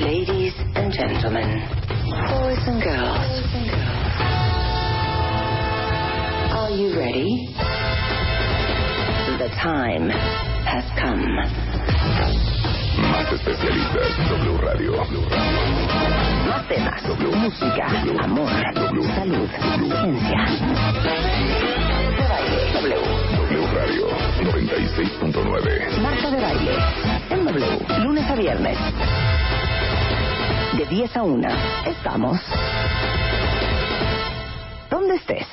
Ladies and gentlemen, boys and girls, are you ready? The time has come. Más especialistas. W Radio. Más temas, música, amor, salud, ciencia. De baile, W. W Radio 96.9. Marta de baile. En W, lunes a viernes. De 10 a 1. Estamos. ¿Dónde estés?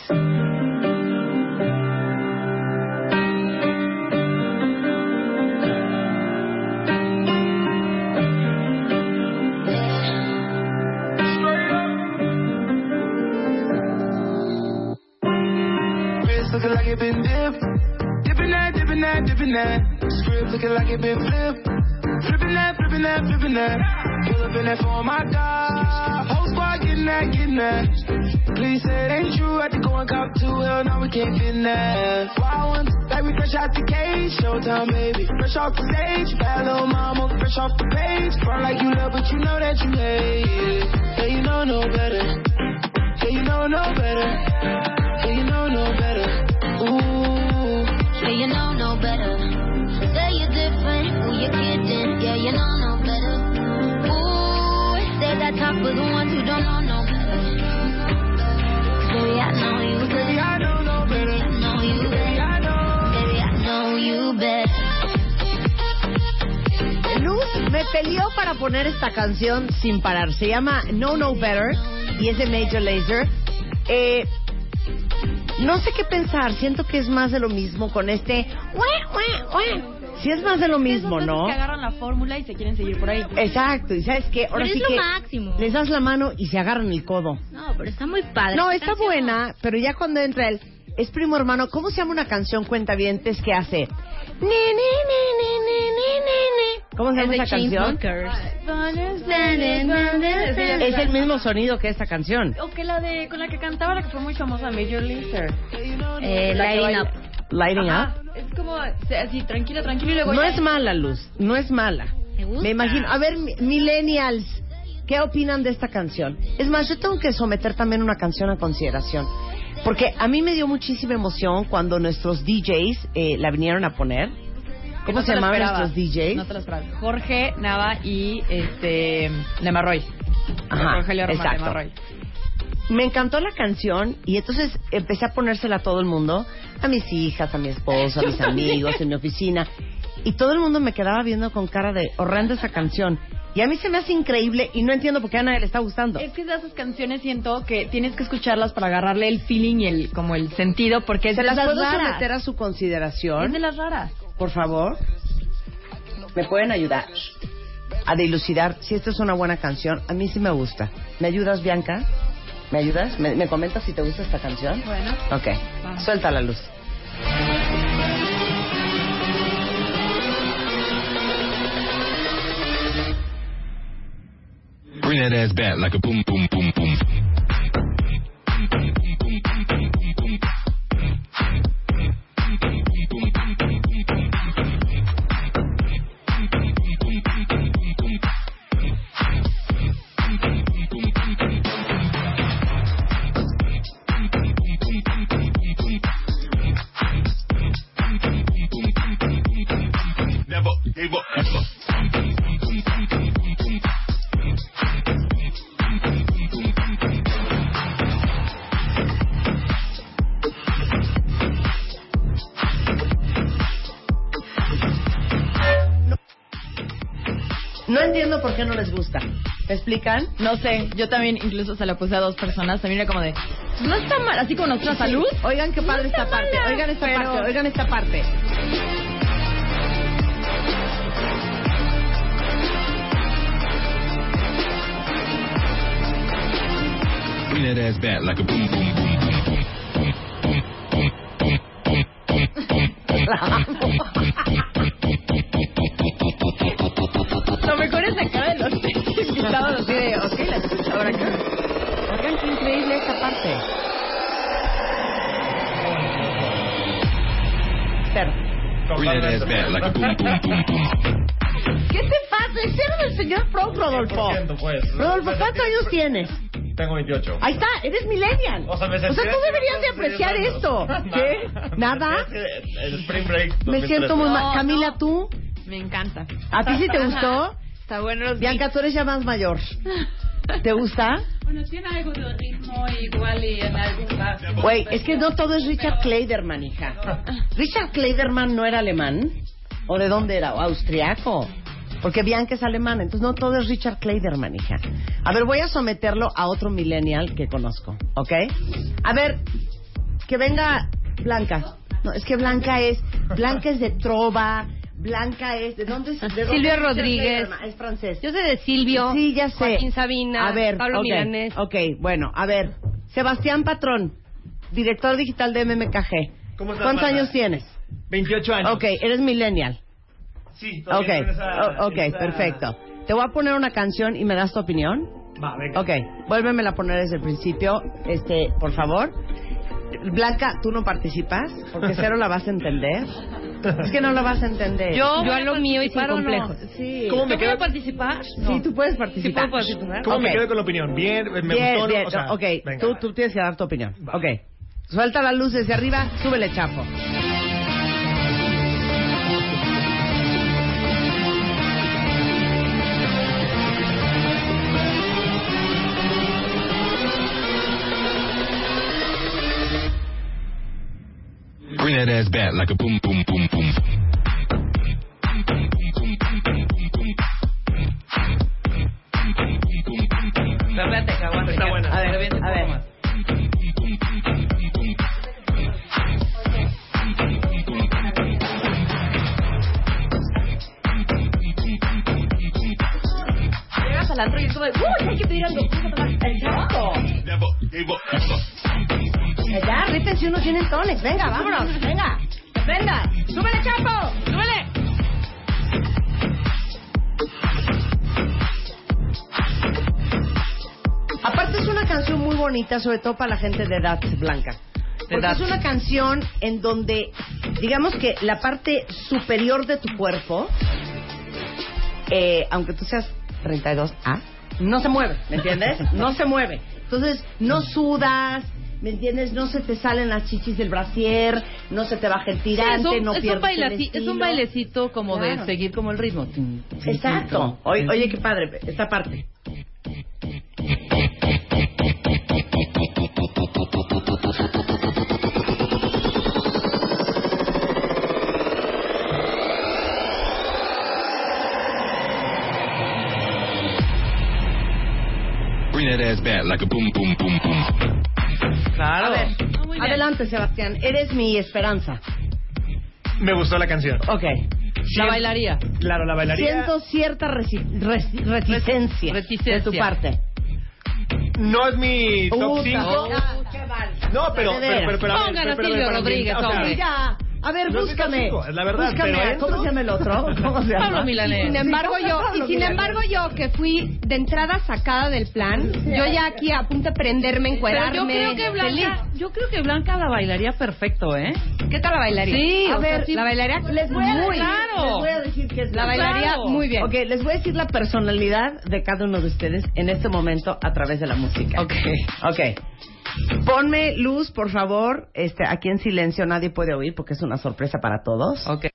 wrist looking like it been dipped. Dipping that, dipping that, dipping that. Script looking like it been flipped. Flipping that, flipping that, flipping that. Pull up in that for my dog. Whole squad getting that, getting that. Please say it ain't true. I think go and cop two. Hell no, we can't fit in that. Wild ones, like we fresh out the cage. Showtime, baby. Fresh off the stage. Bad little mama, fresh off the page. Front like you love, but you know that you hate it. Yeah, you know no better. Yeah, you know no better. Yeah, you know no Uh, better. Ooh. Yeah, you know no better. Say you're different, who you kidding? Yeah, you know no better. Ooh, say that talk with the ones who don't know no better. Baby, I know you better. Baby, I know no better. I know you Baby, better. I know. Baby, I know you better. Luz me peleó para poner esta canción sin parar. Se llama No No Better y es de Major Lazer. Eh, no sé qué pensar. Siento que es más de lo mismo con este. Si es más de lo mismo, Esos ¿no? Que agarran la fórmula y se quieren seguir por ahí. Exacto. Y sabes qué, ahora Pero es sí lo que máximo. les das la mano y se agarran el codo. No, pero está muy padre. No, está buena, pero ya cuando entra el es primo hermano, ¿cómo se llama una canción cuentavientes que hace? Ni, ni, ni, ni, ni, ni, ni, ni? ¿Cómo se llama esa canción? Es el mismo sonido que esta canción. O que la de con la que cantaba la que fue muy famosa Major Lazer. Eh, La que lighting baila- up. Lighting Ajá, Up. Ah, Es como se- así tranquilo, tranquilo y luego Ah. No ya- es mala, Luz, no es mala. Me gusta. Me imagino. A ver, mi- millennials, ¿qué opinan de esta canción? Es más, yo tengo que someter también una canción a consideración. Porque a mí me dio muchísima emoción cuando nuestros DJs eh, la vinieron a poner. que ¿Cómo no te se lo llamaban esperabas, nuestros DJs? No te lo esperabas. Jorge Nava y este Nemarroy. Ajá, Rogelio Román exacto. Nemarroy. me encantó la canción y entonces empecé a ponérsela a todo el mundo, a mis hijas, a mi esposo, a mis amigos, en mi oficina. Y todo el mundo me quedaba viendo con cara de horrenda esa canción. Y a mí se me hace increíble y no entiendo por qué a nadie le está gustando. Es que de esas canciones siento que tienes que escucharlas para agarrarle el feeling y el como el sentido porque es ¿Se de las las puedo raras. someter a su Es de consideración? las raras. Por favor. ¿Me pueden ayudar a dilucidar si esta es una buena canción? A mí sí me gusta. ¿Me ayudas, Bianca? ¿Me ayudas? ¿Me, me comentas si te gusta esta canción? Bueno. Ok, suelta la luz. Bring that ass back like a boom, boom, boom, boom. Never gave up, ever. No entiendo por qué no les gusta. ¿Me explican? No sé, yo también incluso se la puse a dos personas, también era como de, Pues no está mal, así con nuestra salud. Oigan qué No padre está esta parte, mala, oigan esta pero- parte, oigan esta parte. Bring that ass back like a boom, boom, boom, boom, boom, boom, boom, boom, boom, boom, boom, boom, boom, boom, boom, boom, boom, boom, boom, boom, boom, boom. Lo mejor es la cara de los tres invitados. así de, ok, la escuchadora acá. Oigan, qué increíble esta parte. Pero, Bring that ass back like a boom, boom, boom, boom. ¿Qué te pasa? Ese era del señor Pro, Pues, Rodolfo. Rodolfo, ¿cuántos años tienes? Tengo 28. Ahí está, eres millennial. O sea, me tú sentí así, deberías de no, apreciar estoy esto. hablando. ¿Qué? ¿Nada? Es que El Spring Break. Me siento muy mal. No, Camila, no. ¿tú? Me encanta. ¿A ti sí te Ajá. gustó? Está bueno los Bianca, tú eres ya más mayor. ¿Te gusta? Bueno, tiene algo de ritmo igual y en algún caso. Güey, es que no todo es Richard Kleiderman, hija. Richard Kleiderman no era alemán. ¿O de dónde era? ¿O austriaco? Porque Bianca es alemana, entonces no todo es Richard Kleiderman, hija. A ver, voy a someterlo a otro millennial que conozco, ¿ok? A ver, que venga Blanca. No, es que Blanca es, Blanca es de Trova, Blanca es, ¿de dónde es? de dónde Silvio es Richard Rodríguez. Kleiderman? Es francés. Yo sé de Silvio, Sí, ya sé. Joaquín Sabina, a ver, Pablo ok, Milanés. Ok, bueno, a ver. Sebastián Patrón, director digital de MMKG. ¿Cómo estás, ¿Cuántos Marta? años tienes? 28 años. Ok, eres millennial. Sí, Ok, todavía con esa- o- ok, esa- perfecto. Te voy a poner una canción y me das tu opinión. Va, venga. Ok, vuélvemela a poner desde el principio, este, por favor. Blanca, tú no participas porque cero la vas a entender. Es que no la vas a entender. Yo, Yo yo a a lo mío y sin complejos. Sí. ¿Cómo me ¿Yo puedo quedo? participar? Sí, tú puedes Sí participar. puedo participar. ¿Cómo me Ok. quedo con la opinión? Bien, me bien, gustó. ¿no? bien. O sea, ok, venga. tú, tú tienes que dar tu opinión. Va. Ok. Suelta la luz desde arriba, súbele, chapo. Bring that ass back like a boom, boom, boom, boom. Espérate, que aguante. Está buena. A ver, a ver. Llegas al antro y es como de, uy, hay que pedir algo. Exacto. Never gave up, ever. Ya, rítense unos gin and tonics. Venga, vámonos. Venga. Venga, súbele, chapo. Súbele. Aparte es una canción muy bonita, sobre todo para la gente de edad blanca. Porque edad. es una canción en donde, digamos que la parte superior de tu cuerpo, eh, aunque tú seas 32A, ah, no se mueve, ¿me entiendes? No se mueve. Entonces, no sudas, ¿me entiendes? No se te salen las chichis del brasier, no se te baja el tirante, es un, no es un pierdes baileci- el es estilo. un bailecito como Claro. de seguir como el ritmo. Exacto. Oye, oye, qué padre, esta parte. Bring that ass back like a boom, boom, boom, boom. Claro. A ver, Ah, muy bien. adelante, Sebastián. Eres mi esperanza. Me gustó la canción. Ok. La bailaría. Claro, la bailaría. Siento cierta resi- resi- reticencia, Reticencia. de tu parte. No es mi top Puta, 5. ya, chaval. No, pero, De pero, veras. pero, pero, a ver, Pongan a pero, pero, Silvio pero, Rodríguez, o sea, hombre. Ya. A ver, No es mi búscame. top cinco, es la verdad, búscame. pero adentro- ¿Cómo se llama el otro? ¿Cómo se llama? Pablo Milanés. Sin embargo yo, y Pablo sin Milanés. embargo yo que fui de entrada sacada del plan, yo ya aquí a punto de prenderme, Pero encuerarme, yo creo que feliz. Blanca, yo creo que Blanca la bailaría perfecto, ¿eh? ¿Qué tal la bailaría? Sí, a o sea, ver, sí. la bailaría Les voy, a muy, decir, claro. les voy a decir que es la bailaría Claro. muy bien. Ok, les voy a decir la personalidad de cada uno de ustedes en este momento a través de la música. Ok. Ok. Ponme luz, por favor. Este, aquí en silencio nadie puede oír porque es una sorpresa para todos. Ok.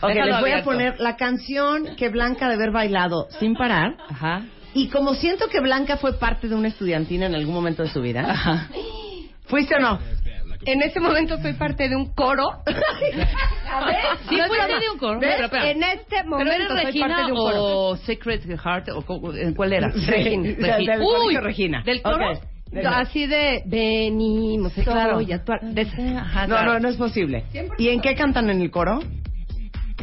Ok, Déjalo les voy a abierto. poner la canción que Blanca de haber bailado sin parar. Ajá. Y como siento que Blanca fue parte de una estudiantina en algún momento de su vida, Ajá. ¿fuiste o no? En ese momento soy parte de un coro A ver, Sí, no fue estaba- de un coro. ¿Ves? Pero, espera. En este ¿Pero momento era soy Regina parte de un coro. o Secret Heart? O, co- ¿En cuál era? Sí, del- Regina. del Uy, colegio Regina. ¿Del coro? Ok. Así de venimos Claro. claro. y actuar. De esa. Ah, No, no, no es posible. ¿Y en qué cantan en el coro?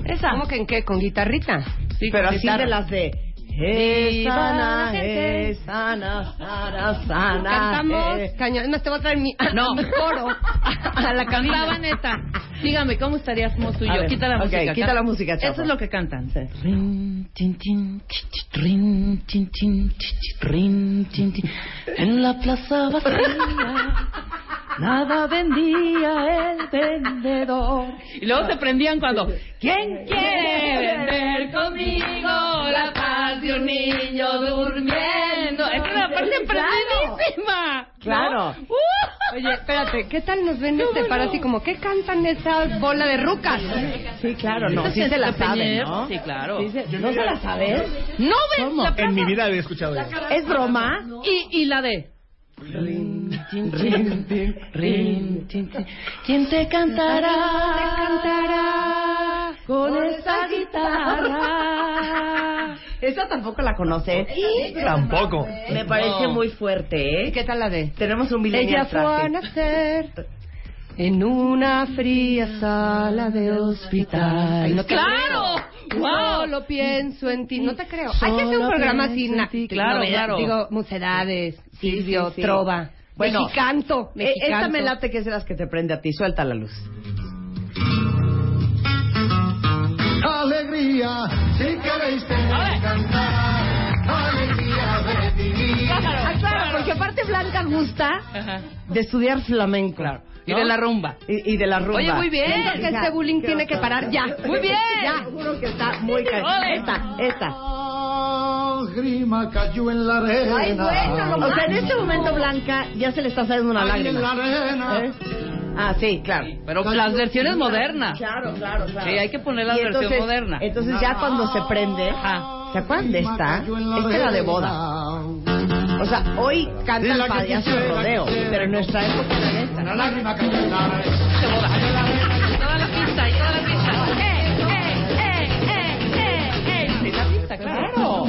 Esa. ¿Cómo que en qué? ¿Con guitarrita? Sí, Pero así de las de... Es sana, es sana, sana, sana. eh". Cantamos es- cañón. Es más, te voy a traer mi, a No. mi coro. A la cantaba neta. Dígame, ¿cómo estaríamos tú y A yo? ver, quita la ok, música. quita can- la música, Chafa. Eso es lo que cantan. Rin, tin, tin, chi, chi, rin, tin, tin, chi, chi, rin, tin, tin. En la plaza vacía, nada vendía el vendedor. Y luego se prendían cuando... ¿Quién quiere vender conmigo la paz de un niño durmiendo? Es una parte Uh. prendidísima. Claro. Oye, espérate, ¿qué tal nos ven este para así como qué cantan esa bola de rucas? Sí, claro, no, Entonces, sí se la Pepe saben, Ñer, ¿no? Sí, claro. Sí se- ¿No se la sabes? No, ven, ¿Cómo? la En mi vida había escuchado eso. ¿Es broma? Y, y la de... Tin, tin, tin, rin, tin, tin. ¿Quién te cantará? cantará Con esa guitarra. Esa tampoco la conoce. Tampoco. Me parece muy fuerte, ¿eh? ¿Qué tal la de? Tenemos un milenio Ella al fue a traje. nacer en una fría sala de hospital. Ay, No te ¡Claro! creo. ¡Wow! Solo pienso en ti. No te creo. Hay que hacer un Solo programa pienso así. en na- ti. Claro, novedad- claro. Digo, Mocedades, Silvio, sí, sí. Trova. Bueno, mexicanto, Eh, mexicanto. Esta me late que es de las que te prende a ti. Suelta la luz. Alegría, si queréis tenéis A ver. cantar. Alegría de vivir. Ah, claro, porque aparte Blanca gusta Ajá. de estudiar flamenco. Y ¿no? de la rumba. Y, y de la rumba. Oye, muy bien. Siento que este bullying tiene que parar ya. Muy bien. Ya, juro que está muy cañón. Ole. Esta, esta. Lágrima cayó en la arena. Ay, bueno, O sea, en este momento Blanca ya se le está saliendo una Ay, en la lágrima. arena. ¿Eh? Ah, sí, claro. Pero las versiones modernas. Claro, claro, claro. Sí, hay que poner la Y versión entonces- moderna. Entonces ya cuando se prende, Ajá. ¿se acuerdan de esta? Esta era de boda. O sea, hoy canta Sí, la el que payaso quisiera, de la que rodeo, quisiera. pero en nuestra época era esta. La lágrima cayó en la arena. de boda. Y toda la pista, y toda la pista. Sí, la pista, claro.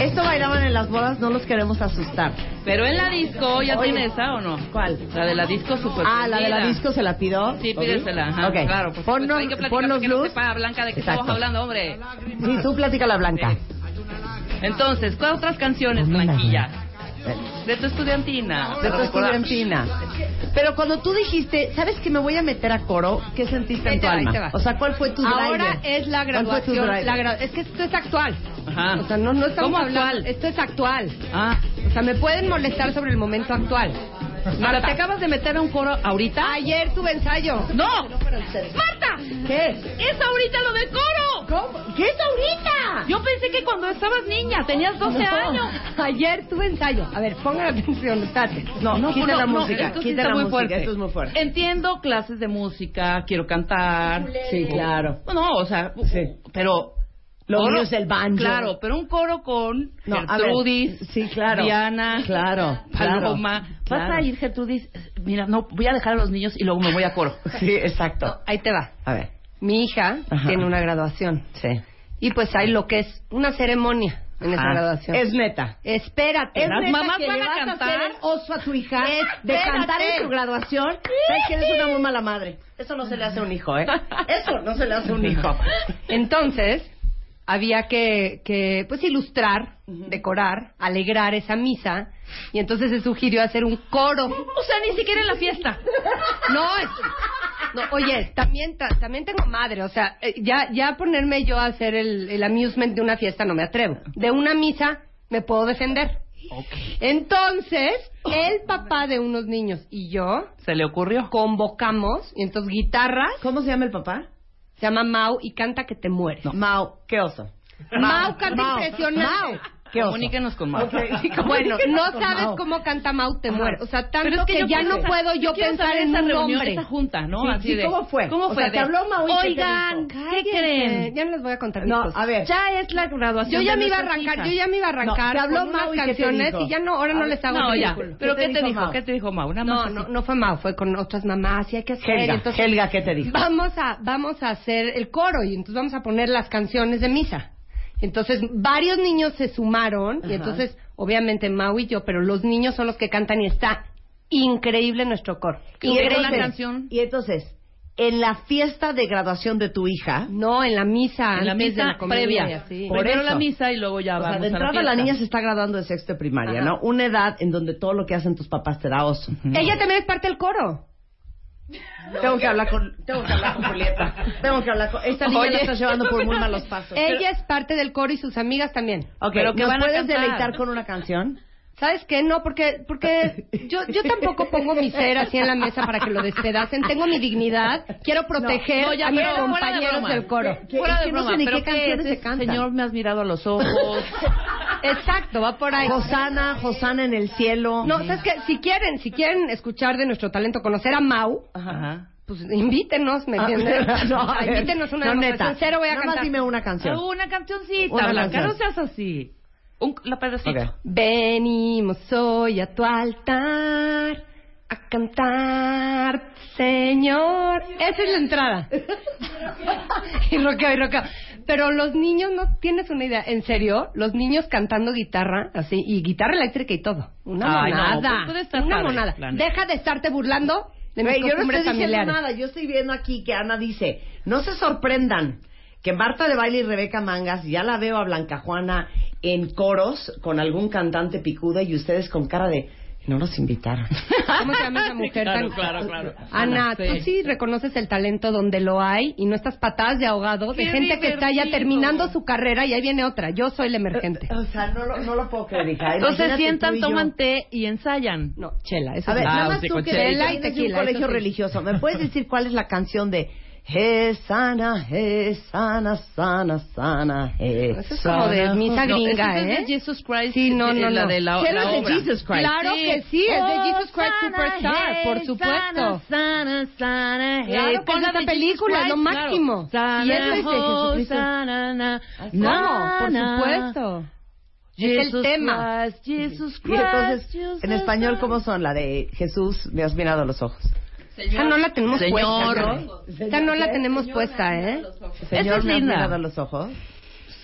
Esto bailaban en las bodas, no los queremos asustar. Pero en la disco, ¿ya Oye. tiene esa o no? ¿Cuál? La de la disco super Ah, la de la prendida. disco se la pido. Pues Sí, pídesela. Ajá, Ok. Claro, por supuesto, ponnos, hay que platicar ponnos para que no luz. sepa Blanca de qué Exacto. estamos hablando, hombre. Sí, tú platica la blanca. Entonces, ¿cuáles otras canciones, Blanquilla? De tu estudiantina. De tu estudiantina. Pero cuando tú dijiste, ¿sabes que me voy a meter a coro? ¿Qué sentiste en Ahí tu te va, ahí te alma? va. O sea, ¿cuál fue tu driver? Ahora es la ¿Cuál fue tu graduación. driver? la gra- es que esto es actual. Ajá. O sea, no, no estamos ¿Cómo hablando. actual? Esto es actual. Ah, O sea, me pueden molestar sobre el momento actual. Marta, ¿te acabas de meter a un coro ahorita? Ayer tuve ensayo. ¡No! ¡Marta! ¿Qué? ¡Es ahorita lo del coro! ¿Cómo? ¿Qué es ahorita? Yo pensé que cuando estabas niña tenías 12 años. Ayer tuve ensayo. A ver, pongan atención, estate. No, no, quita no, la no, música. esto sí quita está la muy música, fuerte. Esto es muy fuerte. Entiendo clases de música, quiero cantar. Sí, claro. Bueno, o sea, Sí. pero... Lo coro- mío es el banjo. Claro, pero un coro con No, a ver, Gertrudis, sí, claro. Diana, Claro, claro, Paloma. claro. Vas a ir, Gertrudis, mira, no, voy a dejar a los niños y luego me voy a coro. Sí, exacto. Ahí te va. A ver. Mi hija Ajá. tiene una graduación. Sí. Y pues hay lo que es una ceremonia en esa Ah, graduación. Es neta. Espérate. ¿Es Las neta mamás que van le a vas cantar. hacer el oso a tu hija de Espérate. cantar en su graduación? ¿Sabes que eres una muy mala madre? Eso no se le hace a un hijo, ¿eh? Eso no se le hace a un hijo. Entonces, había que, que pues ilustrar, decorar, alegrar esa misa. Y entonces se sugirió hacer un coro. O sea, ni siquiera en la fiesta. No, es- no, oye, también, ta- también tengo madre, o sea, eh, ya, ya ponerme yo a hacer el, el amusement de una fiesta no me atrevo. De una misa me puedo defender. Entonces, el papá de unos niños y yo ¿Se le ocurrió? convocamos, y entonces guitarras, ¿Cómo se llama el papá? se llama Mau y canta que te mueres. Mau, qué oso. Mau canta Mau. impresionante. Qué oso. Comuníquenos con Mau. Ok, sí, Bueno, comuníquenos no con sabes Mau. cómo canta Mau te Ajá. muere. O sea, tanto Pero es que, que yo ya pensé- no puedo yo quiero pensar saber en esa un reunión, hombre. esa junta, ¿no? Sí, Así sí, de- ¿cómo fue? ¿Cómo O fue? sea, te de, habló Mau y ¿qué te Oigan, dijo? ¿qué Cállense, creen? Ya no les voy a contar. No, mis cosas. a ver. Ya es la graduación. Yo de ya me iba a nuestras arrancar, hijas. yo ya me iba a arrancar. te habló con unas Mau y ¿qué te canciones dijo? y ya no, ahora A no ver, les hago no, el ya. ridículo. ¿Pero qué te dijo Mau? ¿Qué te dijo Mau? Nada No, más no, así. no fue Mau, fue con otras mamás y hay que hacer. Helga, entonces, Helga, ¿qué te dijo? Vamos a, vamos a hacer el coro y entonces vamos a poner las canciones de misa. Entonces, varios niños se sumaron Ajá. y entonces, obviamente, Mau y yo, pero los niños son los que cantan y está increíble nuestro coro. Y Increíble. entonces, y entonces, en la fiesta de graduación de tu hija, No, en la misa. En la antes de misa comida y previa. así. Por Primero eso. la misa y luego ya o sea, vamos de a la entrada la, fiesta. niña se está graduando de sexto de primaria, Ajá. ¿no? Una edad en donde todo lo que hacen tus papás te da oso. Ella también es parte del coro. Tengo que hablar con, tengo que hablar con Julieta. Tengo que hablar con, esta niña Oye. la está llevando por muy malos pasos. Ella es parte del coro y sus amigas también. Ok, Pero que ¿nos van a puedes cantar. deleitar con una canción? ¿Sabes qué? No, porque porque yo yo tampoco pongo mi ser así en la mesa para que lo despedacen. Tengo mi dignidad. Quiero proteger No, ya, a mis pero fuera de compañeros broma. del coro. ¿Qué- Fuera es de que no sé broma, ni pero qué ¿qué canciones es? se cantan. Señor, me has mirado a los ojos. Exacto, va por ahí. Josana, Josana en el cielo. No, ¿sabes qué? Si quieren, si quieren escuchar de nuestro talento, conocer a Mau, Ajá. pues invítenos, ¿me entiendes? Ah, no, a ver. invítenos una No, demostración. neta. Cero voy a Nada cantar. más dime una canción. Uh, Una cancioncita, Una Blanca, canción. no seas así. Un, la pedacito. Ok. Venimos hoy a tu altar a cantar, Señor. Esa es la entrada. y roca, y roca. Pero los niños no tienes una idea. En serio, los niños cantando guitarra, así, y guitarra eléctrica y todo. Una Ay, no, monada. pues puede estar una padre, monada. la neta. Deja de estarte burlando de mis Güey, yo no estoy costumbres diciendo familiares. nada, yo estoy viendo aquí que Ana dice, no se sorprendan que Marta de Baile y Rebeca Mangas, ya la veo a Blanca Juana en coros con algún cantante picudo y ustedes con cara de, no nos invitaron. ¿Cómo se llama esa mujer Claro, tan- claro, claro. Ana, Sí. tú sí reconoces el talento donde lo hay y no estas patadas de ahogado de Qué gente que está ya divertido. terminando su carrera y ahí viene otra. Yo soy la emergente. O sea, no lo, no lo puedo creer, hija. No se Imagínate tú sientan, y yo. toman té y ensayan. No, chela, eso A ver, sí. nada Ah, más sí, tú con que chela y vienes de un tequila, colegio eso sí. religioso, ¿me puedes decir cuál es la canción de He sana, he sana, sana, sana, he Eso es como de sana"? misa No, gringa, esa ¿eh? es de Jesus Christ. eh, Sí, no, no, La no. de la, Pero la es de obra. Jesus Christ. Claro que sí, es de Jesus Christ Superstar, por supuesto. Oh, Sana, sana, Claro, hey, que es la esta de película, Jesus lo Christ, máximo. Sana, Y eso es de oh, Jesucristo. sana, na, ¿Cómo? Por na, supuesto. Jesus Es el tema. Christ, Jesus Y Christ. entonces, en Jesus español, Christ. ¿cómo son? La de Jesús, me has mirado a los ojos. Esta no la tenemos Señor. puesta. ¿no? Esta no la tenemos puesta, ¿eh? Esa Señor, es me has linda. mirado a los ojos.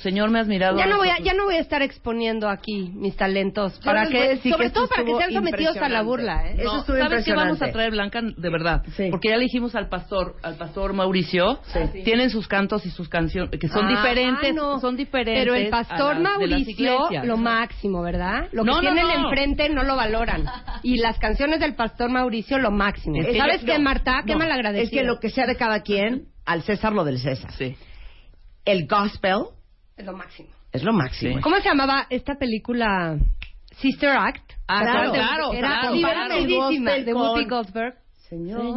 Señor, me has mirado. Ya a no los voy a, ojos. ya no voy a estar exponiendo aquí mis talentos para les voy a que, decir sobre que todo esto para que estuvo sean sometidos a la impresionante. burla, ¿eh? Eso No, estuvo ¿Sabes qué vamos a impresionante. traer, Blanca, de verdad? Sí. Porque ya le dijimos al pastor, al pastor Mauricio, Sí. tienen sus cantos y sus canciones, que son Ah, diferentes, ah, no. son diferentes. Pero el a pastor las de las Mauricio, iglesias. lo máximo, ¿verdad? Lo que No, no, tienen no. enfrente no lo valoran. Y las canciones del pastor Mauricio, lo máximo. Es que ¿Sabes yo- qué, no, Marta? qué No, malagradecida. Es que lo que sea de cada quien, al César lo del César. Sí. El gospel Es lo máximo. es lo máximo. Sí. ¿Cómo se llamaba esta película? Sister Act. Ah, Claro, claro, claro, Era claro, divertidísima, claro. de Whoopi Goldberg.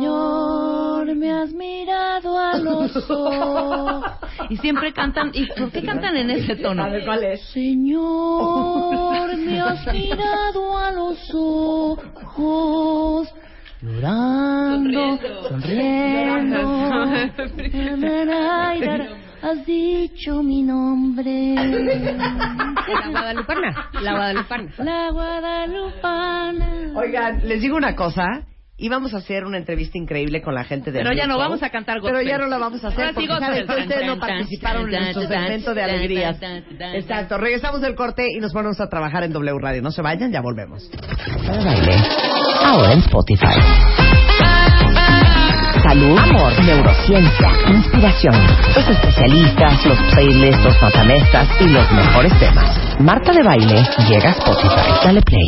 Señor, me has mirado a los ojos. Y siempre cantan, ¿y por qué cantan en ese tono? A ver, ¿cuál es? Señor, me has mirado a los ojos, llorando, sonriendo, na, na, na, na, na. has dicho mi nombre, La Guadalupana. La Guadalupana. la guadalupana. Oigan, les digo una cosa. Íbamos a hacer una entrevista increíble con la gente de Pero ya no vamos a cantar Pero gospel. ya no la vamos a Ahora hacer sí, porque gospel. saben que ustedes no Tan, tan, participaron en tan, nuestro tan, segmento de tan, alegrías. tan, tan, tan. Exacto. Regresamos del corte y nos ponemos a trabajar en W Radio. No se vayan, ya volvemos. Ahora en Spotify. Salud, amor, neurociencia, inspiración. Los especialistas, los playlists, los matamestas y los mejores temas. Marta de Baile llega a Spotify. Dale play.